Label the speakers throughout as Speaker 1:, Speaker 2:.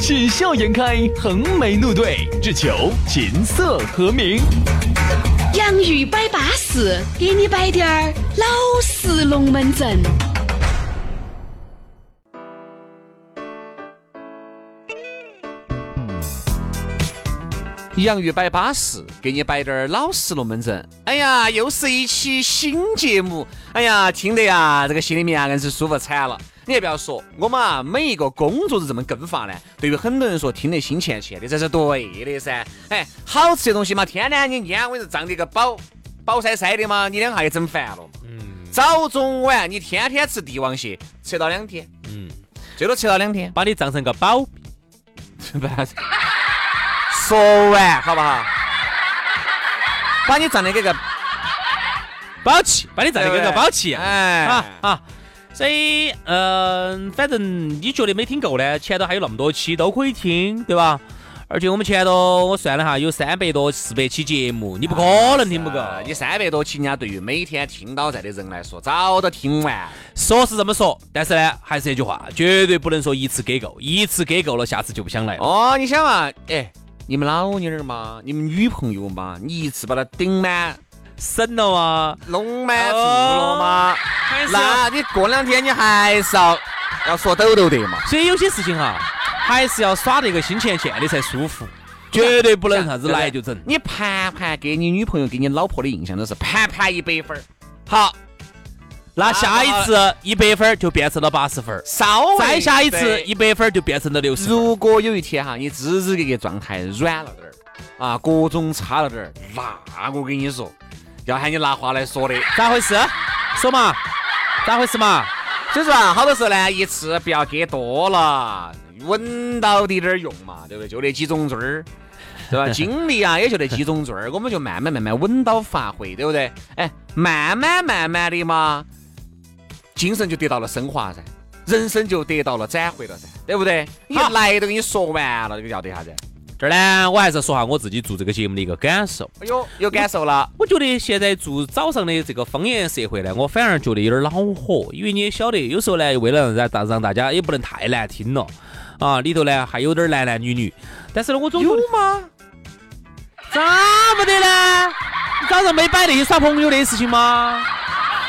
Speaker 1: 喜笑颜开，横眉怒对，只求琴瑟和鸣。
Speaker 2: 洋芋摆巴士，给你摆点儿老式龙门阵。
Speaker 3: 洋芋摆巴适，给你摆点儿老实龙门阵。哎呀，又是一期新节目，哎呀，听得呀，这个心里面啊，硬是舒服惨了。你也不要说，我们啊，每一个工作日这么跟法呢，对于很多人说听得心欠欠的，这是对的噻。哎，好吃的东西嘛，天天你烟我是胀得个饱饱塞塞的嘛，你两下也整烦了嘛。嗯。早中晚你天天吃帝王蟹，吃到两天。嗯。最多吃到两天。
Speaker 4: 把你胀成个宝，
Speaker 3: 说完好不好？把你胀得跟个
Speaker 4: 宝气，把你胀得跟个宝气一样。
Speaker 3: 哎
Speaker 4: 啊啊！所以，嗯、反正你觉得没听够呢，前头还有那么多期都可以听，对吧？而且我们前头我算了哈，有三百多、四百期节目，你不可能听不够。
Speaker 3: 呃你三百多期，人家对于每天听到在的人来说，早都听完。
Speaker 4: 说是这么说，但是呢，还是那句话，绝对不能说一次给够，一次给够了，下次就不想来了。
Speaker 3: 哦，你想嘛，哎，你们老娘儿嘛，你们女朋友嘛，你一次把她顶满、
Speaker 4: 省了吗？
Speaker 3: 弄满、住了嘛，
Speaker 4: 还是要
Speaker 3: 那你过两天你还是要要说抖抖的嘛，
Speaker 4: 所以有些事情哈，还是要耍得一个心欠欠的才舒服，绝对不
Speaker 3: 啊
Speaker 4: 能啥子来就整。
Speaker 3: 你盘盘给你女朋友、给你老婆的印象都是盘盘一百分儿，好，
Speaker 4: 那下一次一百分儿就变成了八十分儿，
Speaker 3: 稍微
Speaker 4: 再下一次
Speaker 3: 对
Speaker 4: 一百分儿就变成了六十分儿。
Speaker 3: 如果有一天哈，你支支格格状态软了点儿，啊，各种差了点儿，那我跟你说，要喊你拿话来说的。
Speaker 4: 咋回事？说嘛，咋回事嘛？
Speaker 3: 所以说啊，好多时候呢，一次不要给多了，稳到底点儿用嘛，对不对？就那几种锥儿。对吧？精力啊，也就那几种锥儿，我们就慢慢慢慢稳到发挥，对不对？哎，慢慢慢慢的嘛，精神就得到了升华噻，人生就得到了斩获了噻，对不对？你
Speaker 4: 好
Speaker 3: 来都给你说完了，这个叫得啥子？
Speaker 4: 这儿呢，我还是要说下我自己做这个节目的一个感受。
Speaker 3: 哎呦，有感受了。
Speaker 4: 我觉得现在做早上的这个方言社会呢，我反而觉得有点恼火，因为你也晓得，有时候呢，为了让大让大家也不能太难听了，啊，里头呢还有点男男女女，但是呢，我总有吗？咋不得呢？你早上没摆那些耍朋友的事情吗？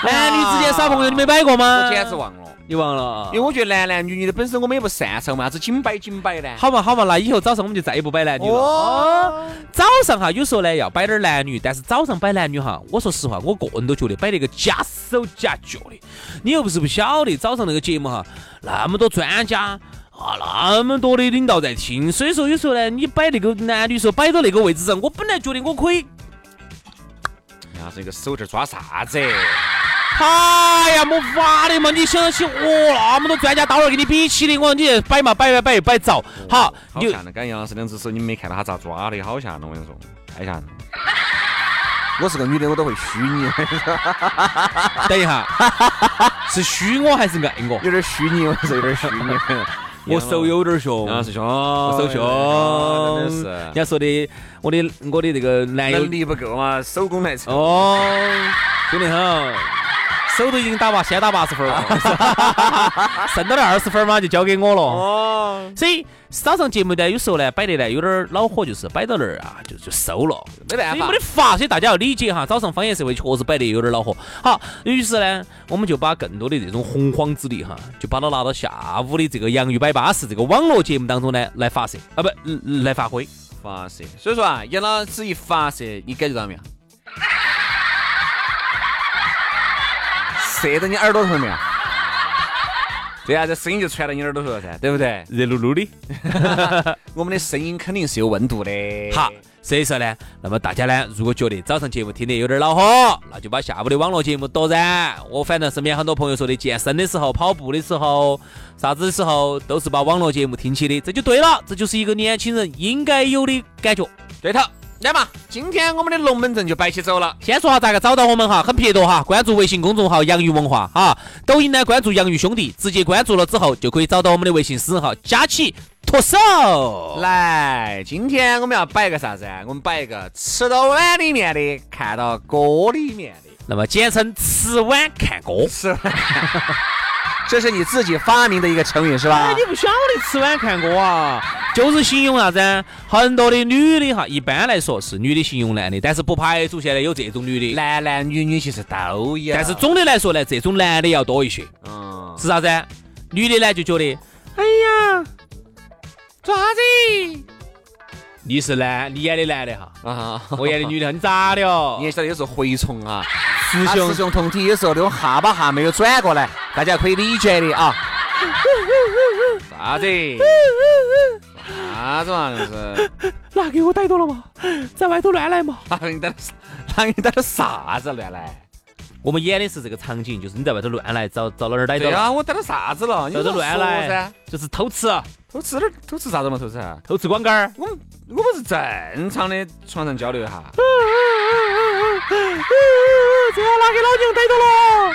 Speaker 4: 男女之间耍朋友你没摆过吗？
Speaker 3: 我简直，忘了，
Speaker 4: 你忘了
Speaker 3: 呃
Speaker 4: 啊
Speaker 3: 因为。我觉得男男女女的本身我们也不擅长嘛，啥子紧摆紧摆呢？
Speaker 4: 好嘛好嘛，那以后早上我们就再也不摆男女了。
Speaker 3: 哦，
Speaker 4: 早上哈，有时候呢要摆点儿男女，但是早上摆男女哈，我说实话，我个人都觉得摆那个夹手夹脚的。你又不是不晓得，早上那个节目哈，那么多专家啊，那么多的领导在听，所以说有时候呢，你摆那个男女时候摆到那个位置上，我本来觉得我可以，
Speaker 3: 那这个手这抓啥 子？
Speaker 4: 哎呀，没法的嘛！你想起，哦，那么多专家到那儿给你比起的，我说你摆嘛摆嘛摆又摆着，好，你
Speaker 3: 好
Speaker 4: 就
Speaker 3: 吓人！刚杨老师两只手，你们没看到他咋抓的，好吓人！我跟你说，哎太吓人。我是个女的，我都会虚你，
Speaker 4: 等一下，是虚我还是爱我？
Speaker 3: 有点虚你，我跟你说有点虚你。
Speaker 4: 我手有点凶，
Speaker 3: 杨老师兄，
Speaker 4: 我手
Speaker 3: 哎真
Speaker 4: 凶，
Speaker 3: 的
Speaker 4: 人家说的我的我的这个男
Speaker 3: 是
Speaker 4: 友
Speaker 3: 能力不够嘛，手工来凑。
Speaker 4: 哦，兄弟好，手都已经打八，先打八十分了，剩到那二十分嘛就交给我了。
Speaker 3: 哦，
Speaker 4: 所以早上节目呢，有时候呢摆得呢有点儿恼火，就是摆到那儿啊就就收了。
Speaker 3: 没办
Speaker 4: 所以
Speaker 3: 法
Speaker 4: 没得，法，所以大家要理解哈。早上方言社会确实摆得有点恼火。好，于是呢，我们就把更多的这种洪荒之力哈，就把它拿到下午的这个洋芋摆巴士这个网络节目当中呢来发射啊，不嗯来发挥。
Speaker 3: 发射。所以说啊，杨老师一发射，你感觉到没有？射到你耳朵头没有？对啊，这声音就传到你耳朵头了噻，对不对？
Speaker 4: 热噜噜的。
Speaker 3: 我们的声音肯定是有温度的。
Speaker 4: 好，所以说呢，那么大家呢，如果觉得早上节目听得有点恼火，那就把下午的网络节目躲燃。我反正身边很多朋友说的，健身的时候、跑步的时候、啥子时候，都是把网络节目听起的，这就对了，这就是一个年轻人应该有的感觉。
Speaker 3: 对头。来嘛，今天我们的龙门阵就摆起走了。
Speaker 4: 先说下咋个找到我们哈，很撇脱哈，关注微信公众号“洋芋文化”哈，抖音呢关注“洋芋兄弟”，直接关注了之后就可以找到我们的微信私人号，加起脱手。
Speaker 3: 来，今天我们要摆一个啥子啊？我们摆一个吃到碗里面的，看到锅里面的。
Speaker 4: 那么简称吃碗看锅。
Speaker 3: 吃完， 这是你自己发明的一个成语是吧？
Speaker 4: 哎，你不晓得吃碗看锅啊？就是形容啥子？很多的女的哈，一般来说是女的形容男的，但是不排除现在有这种女的。
Speaker 3: 男男女女其实都有，
Speaker 4: 但是总的来说呢，这种男的要多一些。
Speaker 3: 嗯，
Speaker 4: 是啥子？女的呢就觉得，哎呀，
Speaker 3: 爪子
Speaker 4: 你是男，你演的男 的哈，
Speaker 3: 啊，
Speaker 4: 我演的女的哈，你咋的哦？
Speaker 3: 你也晓得有时候蛔虫 啊，
Speaker 4: 师
Speaker 3: 它
Speaker 4: 兄
Speaker 3: 雌雄同体有时候那种下巴哈没有转过来，大家可以理解 的啊。啥子？啥子嘛，就是，
Speaker 4: 拿给我逮到了嘛，在外头乱来嘛。
Speaker 3: 哪个你打的，哪个你打的啥子乱
Speaker 4: 哎
Speaker 3: 来？
Speaker 4: 我们演的是这个场景，就是你在外头乱来，找找哪儿逮到
Speaker 3: 对
Speaker 4: 了，
Speaker 3: 啊，我打的啥子了？你
Speaker 4: 找到
Speaker 3: 不
Speaker 4: 乱
Speaker 3: 说
Speaker 4: 来
Speaker 3: 噻，，
Speaker 4: 就是偷吃，
Speaker 3: 偷吃点，偷吃啥子嘛？偷吃？
Speaker 4: 偷吃光杆儿。
Speaker 3: 啊我们我们是正常的床上交流一下。
Speaker 4: 这下拿给老娘逮到了，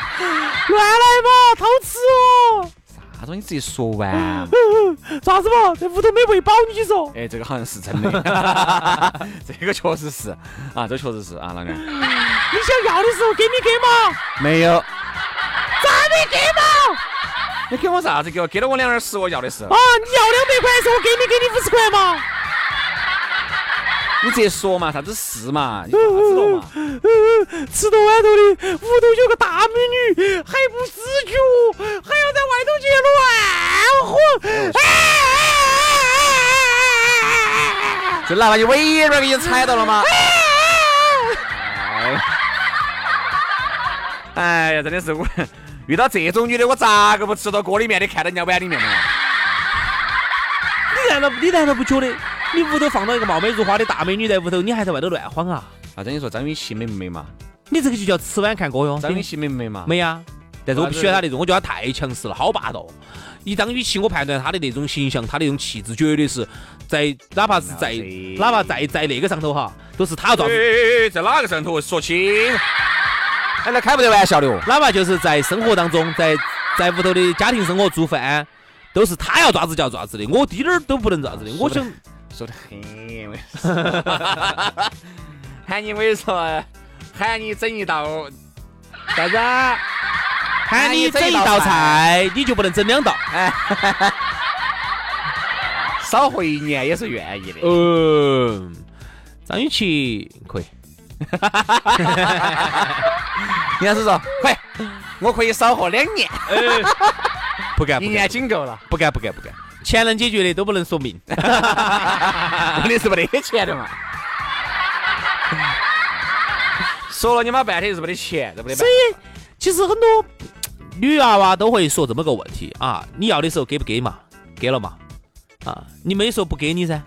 Speaker 4: 乱来嘛，偷吃哦，
Speaker 3: 啥东西自己说 完？
Speaker 4: 啥子嘛，在屋头没喂饱，你说。
Speaker 3: 哎，这个好像是真的， 这个确实是啊，这确实是啊，老娘
Speaker 4: 你想要的时候给你给嘛，
Speaker 3: 没有，
Speaker 4: 咋没给嘛？
Speaker 3: 你给我啥子？给我给了我两耳屎，我要的是
Speaker 4: 啊，，你要两百块的时候，我给你给你五十块嘛。
Speaker 3: 你直接说嘛，啥子事嘛，你啥子了嘛？
Speaker 4: 呃，吃到碗头的，屋头有个大美女，还不知觉，还要在外头去乱混。哎哎
Speaker 3: 这哪把你尾巴给你踩到了吗？哎哎呀，真的是我遇到这种女的，我咋个不吃到锅里面的，看到人家碗里面呢？
Speaker 4: 你难道你难道不觉得，你屋头放到一个貌美如花的大美女在屋头，你还在外头乱晃啊？
Speaker 3: 啊，真的说张雨绮美不美嘛？
Speaker 4: 你这个就叫吃碗看锅哟。
Speaker 3: 张雨绮美不美嘛？
Speaker 4: 没呀、但是我不喜欢她那种，我觉得她太强势了，好霸道。哦以张雨绮，我判断她的那种形象，她那种气质，绝对是在哪怕是在
Speaker 3: 那是
Speaker 4: 哪怕在在那个上头哈，都是她要抓
Speaker 3: 哎
Speaker 4: 住，
Speaker 3: 哎哎，在哪个上头说清？哎，那开不得玩笑的哦。
Speaker 4: 哪怕就是在生活当中，在在屋头的家庭生活做饭，都是她要抓子就要抓子的，我滴点儿都不能抓子的。我想
Speaker 3: 说的很， 我跟你说喊你我跟你说，喊你整一道啥子啊？
Speaker 4: 喊你整一道菜，你就不能整两道。
Speaker 3: 少活一年也是愿意的。
Speaker 4: 嗯，张雨绮可以，
Speaker 3: 你老师说，快，我可以少活两年，
Speaker 4: 不敢
Speaker 3: 一
Speaker 4: 不
Speaker 3: 年
Speaker 4: 敢
Speaker 3: 仅够 了。
Speaker 4: 不敢不敢不敢，钱能解决的都不能说明。
Speaker 3: 问题是没得钱的嘛。说了你妈半天就是没得钱，这没得办
Speaker 4: 所。以其实很多女娃娃都会说这么个问题啊，你要的时候给不给嘛？给了嘛？啊，你没说不给你噻。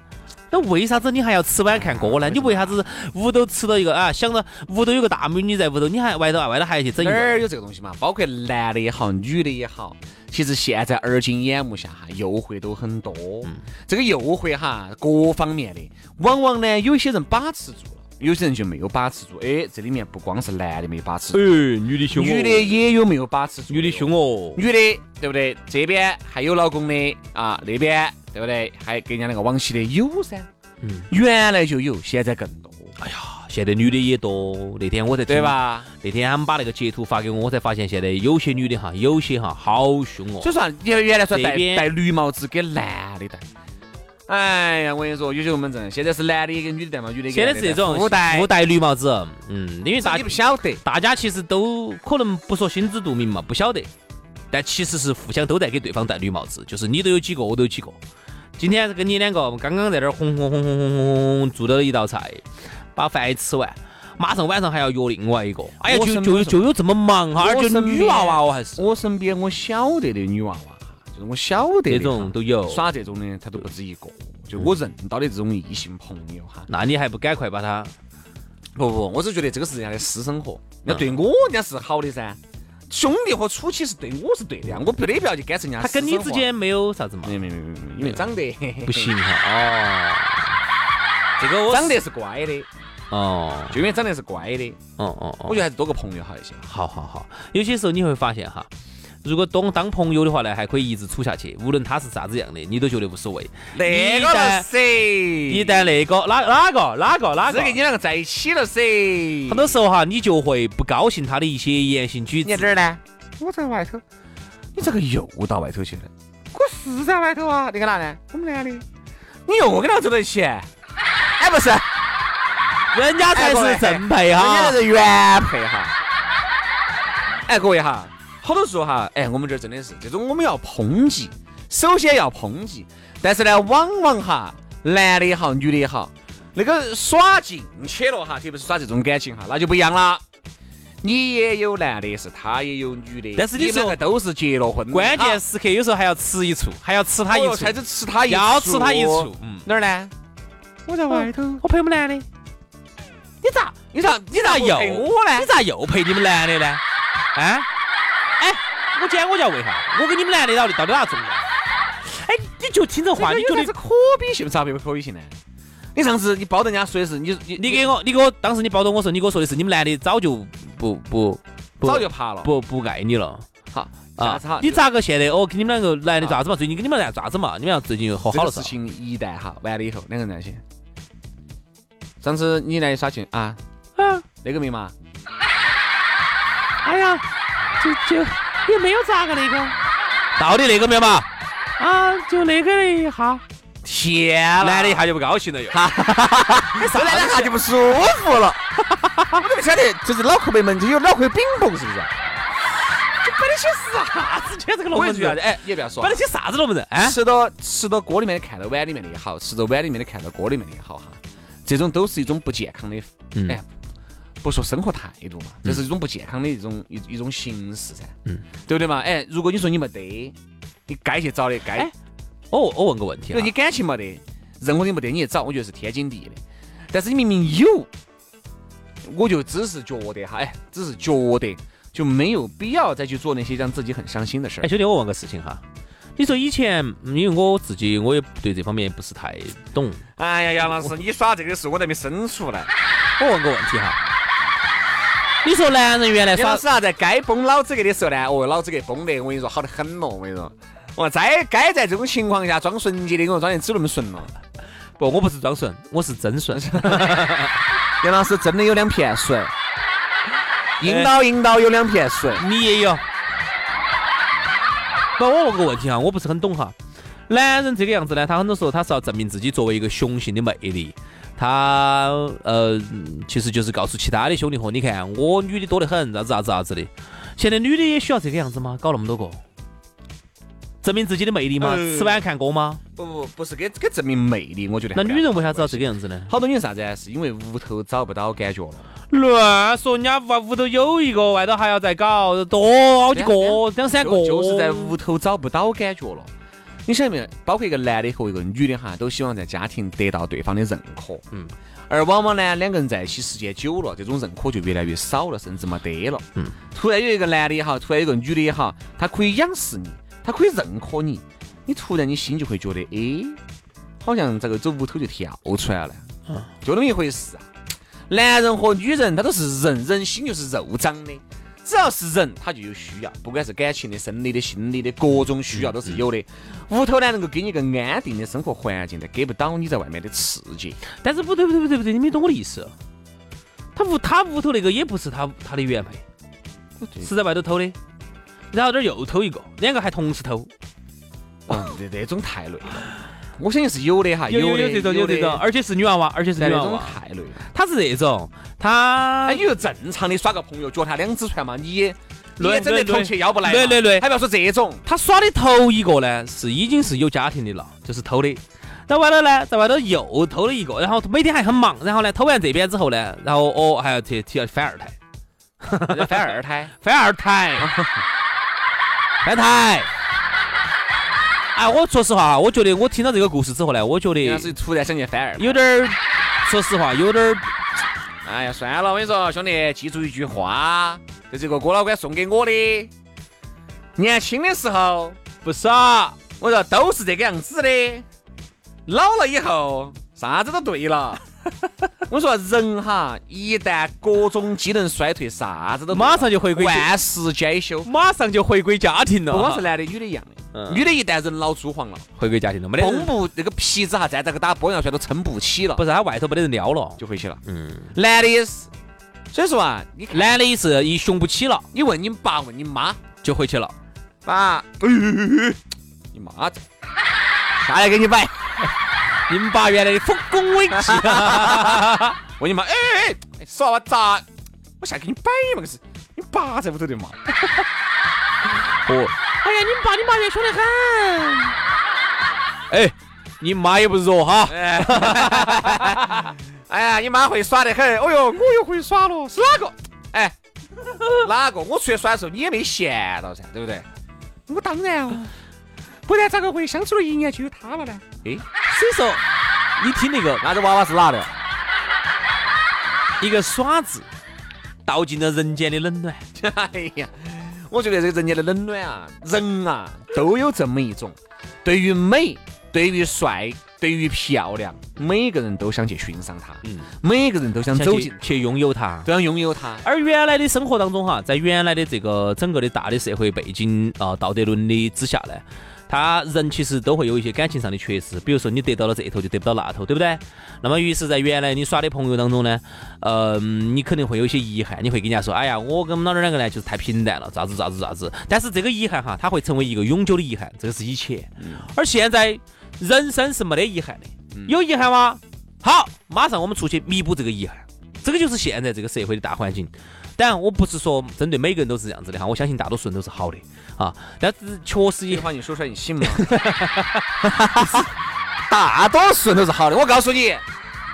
Speaker 4: 那为啥子你还要吃碗看锅呢？你为啥子屋头吃到一个啊，想到屋头有个大美女在屋头，你还外头外头还要去整一
Speaker 3: 哪
Speaker 4: 个？
Speaker 3: 儿有这个东西嘛？包括男的也好，女的也好，其实现在耳今眼目下哈，诱惑都很多。
Speaker 4: 嗯
Speaker 3: 这个诱惑哈，各方面的，往往呢，有些人把持住了，有些人就没有把持住。哎，这里面不光是男的没把持住，
Speaker 4: 哎，女的凶
Speaker 3: 女的哦也有没有把持住，
Speaker 4: 女的凶，哦。
Speaker 3: 女的对不对？这边还有老公的啊，那边对不对？还跟人家那个往昔的有噻，
Speaker 4: 嗯哎
Speaker 3: 原来就有，现在更多，
Speaker 4: 啊现在女的也多，那天我在听
Speaker 3: 对？吧？
Speaker 4: 那天他们把那个截图发给我，我才发现现在有些女的哈，有些哈好凶哦
Speaker 3: 所。以说啊，原原来说戴
Speaker 4: 这边
Speaker 3: 戴绿帽子给男的戴。哎呀，我跟你说，有些龙门阵，现在是男的给女的戴嘛，女的给
Speaker 4: 现在
Speaker 3: 男的
Speaker 4: 是
Speaker 3: 戴
Speaker 4: 这种
Speaker 3: 福袋
Speaker 4: 福，袋绿帽子，嗯，因为
Speaker 3: 这
Speaker 4: 大
Speaker 3: 你不晓得，
Speaker 4: 大家其实都可能不说心知肚明嘛，不晓得，但其实是互相都在给对方戴绿帽子，就是你都有几个，我都有几个。今天跟你两个刚刚在那儿轰轰轰轰轰轰轰做到了一道菜，把饭一吃完，马上晚上还要约另外一个，哎呀，
Speaker 3: 我
Speaker 4: 就
Speaker 3: 身边
Speaker 4: 就有
Speaker 3: 是
Speaker 4: 就有这么忙哈，
Speaker 3: 我
Speaker 4: 而且
Speaker 3: 身边
Speaker 4: 女娃娃哦还是
Speaker 3: 我身边我晓得的女娃娃，就是我晓得的
Speaker 4: 这种
Speaker 3: 哈
Speaker 4: 都有嗯
Speaker 3: 耍这种的，他都不止一个。就我认到的这种异性朋友哈，
Speaker 4: 那你还不赶快把他？
Speaker 3: 不不，我只觉得这个是人家的私生活，
Speaker 4: 嗯
Speaker 3: 那对我人家是好的噻。兄弟和处起是对我是对的，我没得必要去干涉人家
Speaker 4: 他
Speaker 3: 私
Speaker 4: 跟你
Speaker 3: 生活
Speaker 4: 之，间没有啥子嘛？
Speaker 3: 没没没没没，因为长得
Speaker 4: 不行哈。哦， 这个我
Speaker 3: 长得是乖的，
Speaker 4: 哦
Speaker 3: 就因为长得是乖的，
Speaker 4: 哦哦哦
Speaker 3: 我觉，得还是多个朋友好一些。
Speaker 4: 好好好。有些时候你会发现哈，如果当当朋友的话呢，还可以一直处下去，无论他是啥子样的，你都觉得无所谓。
Speaker 3: 那个了噻，
Speaker 4: 一
Speaker 3: 一
Speaker 4: 旦那个哪哪个哪个哪
Speaker 3: 只
Speaker 4: 个，
Speaker 3: 跟你两个在一起了噻，
Speaker 4: 很多时候哈，你就会不高兴他的一些言行举
Speaker 3: 你在
Speaker 4: 止。
Speaker 3: 哪儿呢？我在外头。你这个又到外头去了？我是在外头啊，你干哪呢？我们哪里？你又跟他走到一起？哎，不是，
Speaker 4: 人家才是正配
Speaker 3: 哎人家
Speaker 4: 哈
Speaker 3: 那。是原配哈。哎，各位哈，好多时候哈，哎，我们这儿真的是这种，我们要抨击，首先要抨击，但是呢，往往哈，男的也好，女的也好，那个耍进去了哈，特别是耍这种感情哈，那就不一样了。你也有男的，是他也有女的，
Speaker 4: 但是你
Speaker 3: 你们两
Speaker 4: 说
Speaker 3: 个都是结了婚的，
Speaker 4: 关键
Speaker 3: 是
Speaker 4: 时刻有时候还要吃一醋，还要吃他一醋
Speaker 3: 哦才，子吃他一哦
Speaker 4: 要吃他一醋。嗯，
Speaker 3: 哪儿呢？我在外头。
Speaker 4: 我陪我们男的，
Speaker 3: 你咋？你咋？你咋
Speaker 4: 又
Speaker 3: 又我呢
Speaker 4: 你？咋又陪你们男的呢？啊？哎，我今天我就要问一下，我跟你们男的到底到底哪重要？哎，你就听这话，你觉
Speaker 3: 有啥
Speaker 4: 得
Speaker 3: 子可比性？啥不可比性呢？你上次你包人家说的是你你
Speaker 4: 你给我，你给我，当时你包到我说，你给我说的是你们男的早就不不不
Speaker 3: 早就爬了，
Speaker 4: 不不爱你了
Speaker 3: 好下
Speaker 4: 啊
Speaker 3: 次哈，？
Speaker 4: 你咋个现在哦？跟你们两个男的
Speaker 3: 啊
Speaker 4: 咋子嘛？最近跟你们俩咋子嘛？你们俩最近和
Speaker 3: 这
Speaker 4: 好
Speaker 3: 个
Speaker 4: 了
Speaker 3: 事
Speaker 4: 是吧？
Speaker 3: 情一旦哈完了以后，两个人在一起。上次你来耍去啊？
Speaker 4: 啊，
Speaker 3: 那个没嘛？
Speaker 4: 哎呀，就就也没有咋个那个。到底那个没有嘛？啊，就那个一下，
Speaker 3: 天
Speaker 4: 男
Speaker 3: 男
Speaker 4: 的
Speaker 3: 的
Speaker 4: 一
Speaker 3: 一
Speaker 4: 下就不高兴了又。哎
Speaker 3: 下来两下就不舒服 了。我都不晓得，这是脑壳被门，这有脑壳有冰崩是不是？这摆得些啥子？
Speaker 4: 今天这个龙
Speaker 3: 啊我
Speaker 4: 门
Speaker 3: 跟你说啥
Speaker 4: 阵
Speaker 3: 子？，哎，你也不要说
Speaker 4: 摆
Speaker 3: 啊
Speaker 4: 得。起啥子龙门阵？哎，
Speaker 3: 吃到吃到锅里面的，看到碗里面的也好，吃到碗里面的，看到锅里面的也好哈，这种都是一种不健康的，
Speaker 4: 嗯
Speaker 3: 哎，不说生活态度嘛，这是一种不健康的一种一一种形式噻，
Speaker 4: 嗯，
Speaker 3: 对不对嘛？哎，如果你说你没得，你该去找的该
Speaker 4: 哎，我我问个问题
Speaker 3: 因
Speaker 4: 啊
Speaker 3: 为，你感情没得，任何你没得你也找，我觉得是天经地义的。但是你明明有，我就只是觉得哈，哎，只是觉得就没有必要再去做那些让自己很伤心的事儿
Speaker 4: 哎，。兄弟，我问个事情哈。你说以前，嗯因为我自己我也对这方面不是太懂，
Speaker 3: 哎呀，杨老师，你耍这个事我都还没生出来。
Speaker 4: 我问个问题哈。你说男人原来
Speaker 3: 杨老
Speaker 4: 耍
Speaker 3: 师啊，在该崩老子给的时候呢，哦，老子给崩的，我跟你说，好得很咯，我跟你说。我再该在这种情况下装纯洁的，我跟你说装得只有那么纯了。
Speaker 4: 不？我不是装顺，我是真顺。
Speaker 3: 杨老师真的有两片水，引导引导有两片水。
Speaker 4: 你也有。那我问个问题哈，我不是很懂哈。男人这个样子呢，他很多时候他是要证明自己作为一个雄性的魅力，他呃，其实就是告诉其他的兄弟伙，你看我女的多得很，咋子咋子咋子的。现在女的也需要这个样子吗？搞那么多个，证明自己的魅力吗？
Speaker 3: 呃
Speaker 4: 吃完看歌吗？
Speaker 3: 不不不是给给证明魅力，我觉得
Speaker 4: 那
Speaker 3: 还不
Speaker 4: 女
Speaker 3: 要
Speaker 4: 人为啥子要这个样子呢？
Speaker 3: 好多女人啥子啊？是因为屋头找不到感觉了。
Speaker 4: 乱说，人家屋屋头有一个，外头还要再搞多好几
Speaker 3: 对啊
Speaker 4: 个，两三个，
Speaker 3: 就就是在屋头找不到感觉了。你晓得没有？包括一个男的和一个女的哈，都希望在家庭得到对方的认可。
Speaker 4: 嗯
Speaker 3: 嗯。而往往呢，两个人在一起时间久了，这种认可就越来越少了，甚至没得了。
Speaker 4: 嗯
Speaker 3: 嗯。突然有一个男的也好，突然有一个女的也好，他可以仰视你，他可以认可你，你突然你心就会觉得，诶，好像这个走屋头就跳出来了，
Speaker 4: 嗯
Speaker 3: 就那么一回事啊。男人和女人，他都是人，人心就是肉长的。只要是人，他就有需要，不管是感情的、生理的、心理的，各种需要都是有的。屋头呢，能够给你一个安定的生活环境，但给不到你在外面的刺激。
Speaker 4: 但是不对不对不对不对，你没懂我的意思。他屋他屋头那个也不是他他的原配，是在外头偷的，然后这儿又偷一个，两个还同时偷，
Speaker 3: 嗯，这这种太累了。我相信是有的哈，
Speaker 4: 有
Speaker 3: 的
Speaker 4: 有这种有
Speaker 3: 的
Speaker 4: 这种，而且是女娃娃，而且是
Speaker 3: 但
Speaker 4: 女
Speaker 3: 那
Speaker 4: 娃
Speaker 3: 种
Speaker 4: 娃，
Speaker 3: 太累了。
Speaker 4: 他是这种，他
Speaker 3: 哎，你就正常的耍个朋友，脚踏两只船嘛，你也你也
Speaker 4: 累
Speaker 3: 整得
Speaker 4: 累累
Speaker 3: 头去腰不来嘛。
Speaker 4: 累累累
Speaker 3: 还不要说这种，
Speaker 4: 他耍的头一个呢是已经是有家庭的了，就是偷的。然后完了呢，在外头又偷了一个，然后每天还很忙，然后呢偷完这边之后呢，然后哦还要去去要翻二胎，
Speaker 3: 翻二胎。
Speaker 4: 翻二胎，翻胎，哎，我说实话啊，我觉得我听到这个故事之后呢，我觉得
Speaker 3: 杨老师突然想念反二，
Speaker 4: 有点儿，说实话有点儿，
Speaker 3: 哎呀，算了，我跟你说，兄弟，记住一句话，这是一个郭老倌送给我的。年轻的时候不傻，我说都是这个样子的。老了以后，啥子都对 了。我说人哈，一旦各种机能衰退，啥子都对了
Speaker 4: 马上就回归
Speaker 3: 万事皆休，
Speaker 4: 马上就回归家庭了
Speaker 3: 不
Speaker 4: 哈，
Speaker 3: 光是男的，女的一样的。
Speaker 4: 啊嗯
Speaker 3: 女的一旦人老珠黄了，
Speaker 4: 回归家庭了，没得
Speaker 3: 绷
Speaker 4: 人，
Speaker 3: 不那个皮子哈，再咋个打玻尿酸都撑不起了，
Speaker 4: 不是他外头没得人撩了，
Speaker 3: 就回去了。
Speaker 4: 嗯，
Speaker 3: 男的也是，所以说啊，你看
Speaker 4: 男的也是一雄不起了
Speaker 3: 你问你爸，问你妈，
Speaker 4: 就回去了，
Speaker 3: 爸，哎你妈子，下来给你摆。
Speaker 4: 你们爸原来的丰功伟绩，
Speaker 3: 问你妈，哎哎哎，说我咋？我下来给你摆嘛，可是你爸在屋头的 嘛。
Speaker 4: 哦，
Speaker 3: 哎呀，你爸你妈也凶得很。
Speaker 4: 哎，你妈也不弱哈，
Speaker 3: 哎，哎呀，你妈会耍得很。哦哟，我又会耍了，是哪个？哎，哪个？我出去耍的时候你也没闲到噻，对不对？我当然了，不然咋个会相处了一年就有他了呢？哎，
Speaker 4: 所以说你听那个
Speaker 3: 那这娃娃是哪的？
Speaker 4: 一个耍字，道尽了人间的冷暖，
Speaker 3: 哎呀，我觉得这个人家的冷暖啊，人啊都有这么一种，对于美，对于帅，对于漂亮，每个人都想去寻赏它，
Speaker 4: 嗯
Speaker 3: 每个人都想走进
Speaker 4: 去，去拥有它。
Speaker 3: 都想拥有它。
Speaker 4: 而原来的生活当中哈，在原来的这个整个的大的社会背景啊、道德伦理之下呢，他人其实都会有一些感情上的缺失，比如说你得到了这头就得不到那头，对不对？那么于是，在原来你耍的朋友当中呢，呃，你肯定会有一些遗憾，你会跟人家说，哎呀，我跟我们老二两个呢就是太平淡了，咋子咋子咋子。但是这个遗憾哈，它会成为一个永久的遗憾，这个是以前。而现在人生是没得遗憾的，有遗憾吗？好，马上我们出去弥补这个遗憾。这个就是现在这个社会的大环境。当然，我不是说针对每个人都是这样子的哈，我相信大多数人都是好的啊。但是确实
Speaker 3: 这
Speaker 4: 也
Speaker 3: 句话你说出来 你信吗？大多数人都是好的，我告诉你，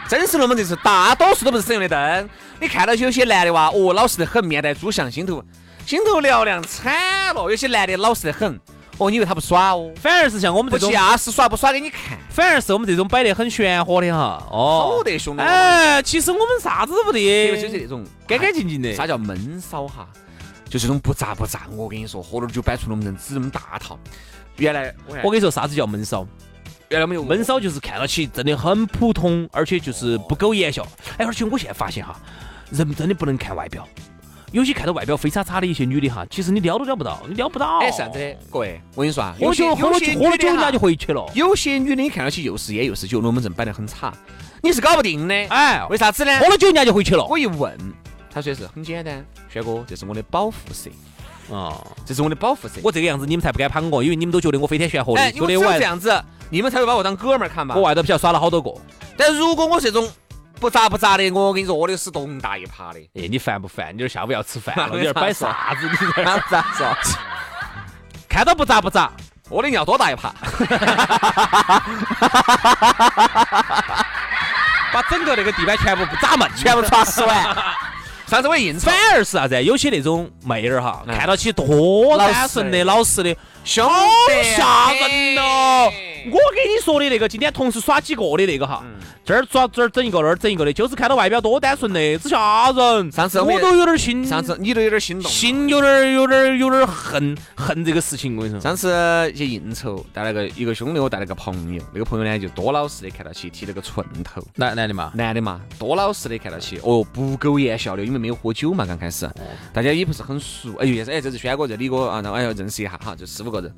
Speaker 3: 真实龙门阵是大多数都不是省油的灯。你看到有些男的哇，哦，老实得很，面带猪相，心头心头嘹亮惨了；有些男的老实得很，哦，你以为他不耍哦？
Speaker 4: 反而是像我们
Speaker 3: 不啊
Speaker 4: 这种，
Speaker 3: 架势耍不耍给你看，
Speaker 4: 反而是我们这种摆得很玄乎的哈。哦，
Speaker 3: 好得凶的
Speaker 4: 哎，其实我们啥子都不
Speaker 3: 因为就是
Speaker 4: 得，
Speaker 3: 那种哎
Speaker 4: 干干净净的。
Speaker 3: 啥叫闷骚哈？就是那种不咋不咋。我跟你说，喝点酒摆出龙门阵，只这么大套。原来我看
Speaker 4: 我跟你说，啥子叫闷骚？
Speaker 3: 嗯原来我们有
Speaker 4: 闷骚就是看到起真的很普通，而且就是不苟言笑。哎，而且我现在发现哈，人真的不能看外表，有些看到外表非叉叉的一些女的哈，其实你撩都撩不到，你撩不到。
Speaker 3: 哎，是这样子的，各位，我跟你说啊，
Speaker 4: 喝酒喝了酒喝了酒，人家就回去了。
Speaker 3: 有些女的你看到起又是烟又是酒，龙门阵摆得很差，你是搞不定的。
Speaker 4: 哎，
Speaker 3: 为啥子呢？
Speaker 4: 喝了酒人家就回去了。
Speaker 3: 我一问，他说的是很简单，轩哥，这是我的保护色，
Speaker 4: 啊，
Speaker 3: 这是我的保护色。哎
Speaker 4: 我这个样子你们才不敢捧我，因为你们都觉得我飞天悬火的，
Speaker 3: 因
Speaker 4: 觉得
Speaker 3: 为只
Speaker 4: 我
Speaker 3: 有这
Speaker 4: 外
Speaker 3: 样子，你们才会把我当哥们儿看嘛
Speaker 4: 我。外头不晓得耍了好多个。
Speaker 3: 但如果我是这种不咋不咋的，我跟你说，我的是东大一耙 的。
Speaker 4: 哎，你烦不烦？你这下午要吃饭 了，你这儿摆啥子？你这儿
Speaker 3: 那咋说？
Speaker 4: 看到不咋不咋，
Speaker 3: 我的尿多大一耙？
Speaker 4: 把整个那个地板全部不咋闷，全
Speaker 3: 全部抓死完。上次我 硬
Speaker 4: 反
Speaker 3: 穿，
Speaker 4: 而是啥子？有些那种妹儿哈，
Speaker 3: 嗯
Speaker 4: 看到起多单纯的、老实的，
Speaker 3: 兄
Speaker 4: 好
Speaker 3: 弟
Speaker 4: 吓人哦！我跟你说的那个，今天同事耍几个的那个哈，这儿抓这儿整一个，那儿整一个的，就是看到外表多单纯的，只吓人。
Speaker 3: 上次我们
Speaker 4: 我都有点心，
Speaker 3: 上次你都有点心动。
Speaker 4: 心有点儿有点儿有点儿恨恨这个事情，我跟你说。
Speaker 3: 上次去应酬，带了个一个兄弟，我带了个朋友，那个朋友呢就多老实的，看到起剃了个寸头，
Speaker 4: 男男的嘛，
Speaker 3: 男的嘛，多老实的看到起，哦，不苟言笑的，因为没有喝酒嘛，刚开始，
Speaker 4: 嗯
Speaker 3: 大家也不是很熟，哎呦，也是，哎，这是轩哥，这李哥啊，那哎呦，认识一下哈，就四五个人，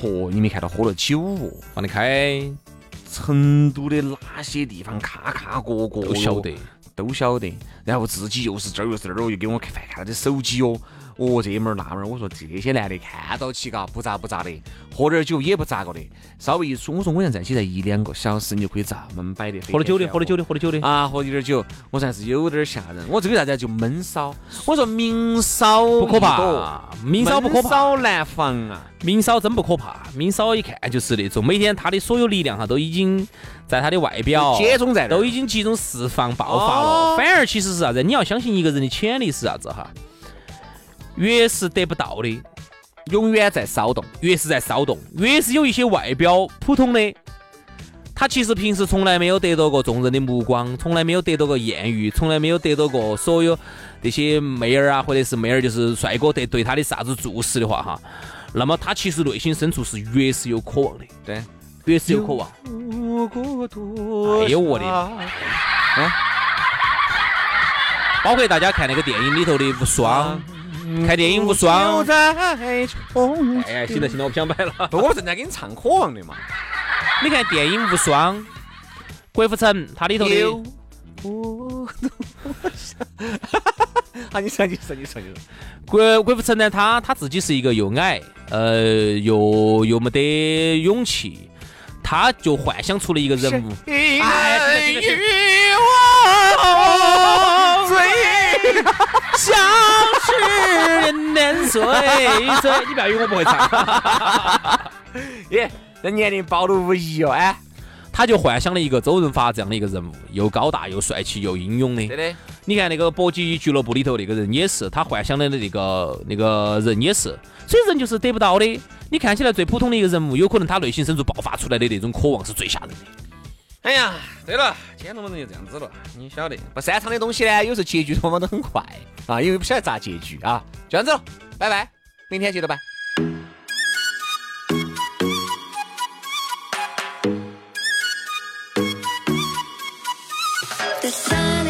Speaker 3: 嚯、你没看到喝了酒哦，
Speaker 4: 放得开，
Speaker 3: 成都的哪些地方咔咔角角
Speaker 4: 都晓得。
Speaker 3: 都晓得，然后自己又是这儿又是那儿哦，又给我看看他的手机哦，哦这门儿那门儿，我说这些男的看到起嘎不咋不咋的，喝点儿酒也不咋个的，稍微一说，我说我想站起来一两个小时，你就可以这么摆的，
Speaker 4: 喝了酒的，喝了酒的，喝了酒的。
Speaker 3: 啊，喝了点儿酒，我说还是有点儿吓人，我这个啥子啊就闷骚，我说明骚不
Speaker 4: 不可，怕，哦明骚不可
Speaker 3: 闷
Speaker 4: 怕，
Speaker 3: 骚难防啊，
Speaker 4: 明骚真不可怕。明骚一看就是那种每天他的所有力量哈都已经在他的外表
Speaker 3: 接种在那儿
Speaker 4: 都已经集中释放爆发
Speaker 3: 哦
Speaker 4: 了。反而其实是啥子？你要相信一个人的潜力是啥子哈？越是得不到的，
Speaker 3: 永远在骚动。
Speaker 4: 越是在骚动，越是有一些外表普通的，他其实平时从来没有得到过众人的目光，从来没有得到过艳遇，从来没有得到过所有这些妹儿啊，或者是妹儿就是帅哥对对他的啥子注视的话哈，那么他其实内心深处是越是有渴望的，
Speaker 3: 对，
Speaker 4: 越是有渴望。哎呦我的妈！包括大家看那个电影里头的无双，看电影无双。
Speaker 3: 在重
Speaker 4: 哎呀，行了行了，我不想摆了。
Speaker 3: 不，我正在给你唱渴望 的嘛。
Speaker 4: 你看电影《无双》，郭富城他里头的，
Speaker 3: 有我好，啊你说，你说，你说，你说。
Speaker 4: 郭郭富城呢，他他自己是一个又矮，呃，又又没得勇气，他就幻想出了一个人物。
Speaker 3: 哎，
Speaker 4: 人
Speaker 3: 与 我最
Speaker 4: 相识年岁，岁 你不要以为我不会唱。
Speaker 3: 耶，这年龄暴露无遗哦，哎，
Speaker 4: 他就幻想了一个周润发这样的一个人物，又高大又帅气又英勇的。
Speaker 3: 的，
Speaker 4: 你看那个搏击俱乐部里头那个人也是，他幻想的那个那个人也是，所以人就是得不到的。你看起来最普通的一个人物，有可能他内心深处爆发出来的那种渴望是最吓人的。
Speaker 3: 哎呀，对了，今天龙门阵就这样子了，你晓得，不擅长的东西呢，有时候结局往往都很快啊，因为不晓得咋结局啊，就这样子了，拜拜，明天接着拜。
Speaker 5: The sun